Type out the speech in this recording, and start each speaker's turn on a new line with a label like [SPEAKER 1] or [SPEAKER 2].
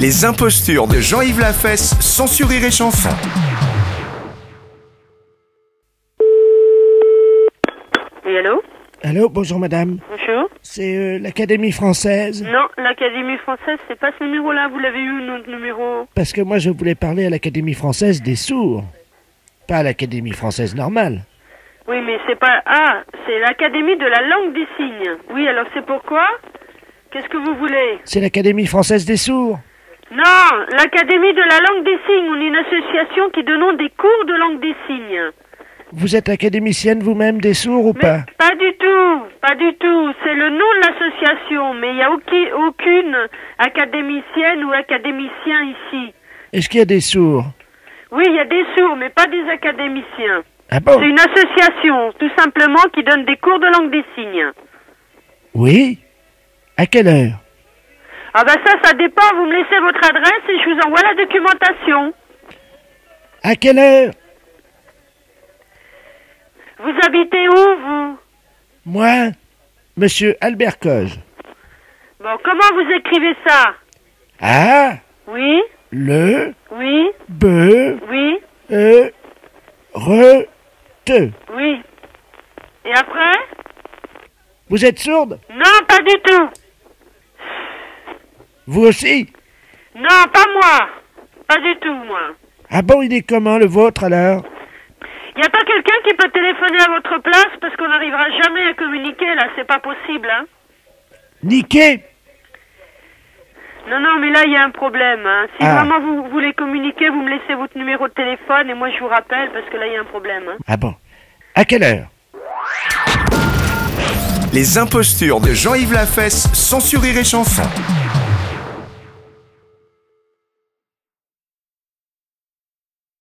[SPEAKER 1] Les impostures de Jean-Yves Lafesse, sans sourire et chanson.
[SPEAKER 2] Oui, allô
[SPEAKER 3] Allô, bonjour madame.
[SPEAKER 2] Bonjour
[SPEAKER 3] C'est euh, l'Académie française.
[SPEAKER 2] Non, l'Académie française, c'est pas ce numéro-là, vous l'avez eu, notre numéro.
[SPEAKER 3] Parce que moi je voulais parler à l'Académie française des sourds. Pas à l'Académie française normale.
[SPEAKER 2] Oui, mais c'est pas... Ah, c'est l'Académie de la langue des signes. Oui, alors c'est pourquoi Qu'est-ce que vous voulez
[SPEAKER 3] C'est l'Académie française des sourds.
[SPEAKER 2] Non, l'Académie de la langue des signes, on est une association qui donne des cours de langue des signes.
[SPEAKER 3] Vous êtes académicienne vous-même des sourds ou
[SPEAKER 2] Mais
[SPEAKER 3] pas
[SPEAKER 2] pas du tout, pas du tout. C'est le nom de l'association, mais il n'y a aucune, aucune académicienne ou académicien ici.
[SPEAKER 3] Est-ce qu'il y a des sourds
[SPEAKER 2] Oui, il y a des sourds, mais pas des académiciens.
[SPEAKER 3] Ah bon
[SPEAKER 2] C'est une association, tout simplement, qui donne des cours de langue des signes.
[SPEAKER 3] Oui À quelle heure
[SPEAKER 2] Ah bah ça, ça dépend. Vous me laissez votre adresse et je vous envoie la documentation.
[SPEAKER 3] À quelle heure
[SPEAKER 2] Vous habitez où, vous
[SPEAKER 3] Moi Monsieur Albert Coz.
[SPEAKER 2] Bon, comment vous écrivez ça
[SPEAKER 3] Ah
[SPEAKER 2] Oui,
[SPEAKER 3] Le
[SPEAKER 2] oui,
[SPEAKER 3] Be
[SPEAKER 2] oui,
[SPEAKER 3] E Re Te.
[SPEAKER 2] oui. Et après
[SPEAKER 3] Vous êtes sourde
[SPEAKER 2] Non, pas du tout.
[SPEAKER 3] Vous aussi
[SPEAKER 2] Non, pas moi. Pas du tout, moi.
[SPEAKER 3] Ah bon, il est comment le vôtre alors
[SPEAKER 2] Il n'y a pas quelqu'un qui peut téléphoner à votre place parce qu'on n'arrivera jamais à communiquer, là. C'est pas possible, hein.
[SPEAKER 3] Niqué
[SPEAKER 2] Non, non, mais là, il y a un problème. hein. Si
[SPEAKER 3] Ah.
[SPEAKER 2] vraiment vous voulez communiquer, vous me laissez votre numéro de téléphone et moi, je vous rappelle parce que là, il y a un problème. hein.
[SPEAKER 3] Ah bon À quelle heure
[SPEAKER 1] Les impostures de Jean-Yves Lafesse, sans sourire et chanson.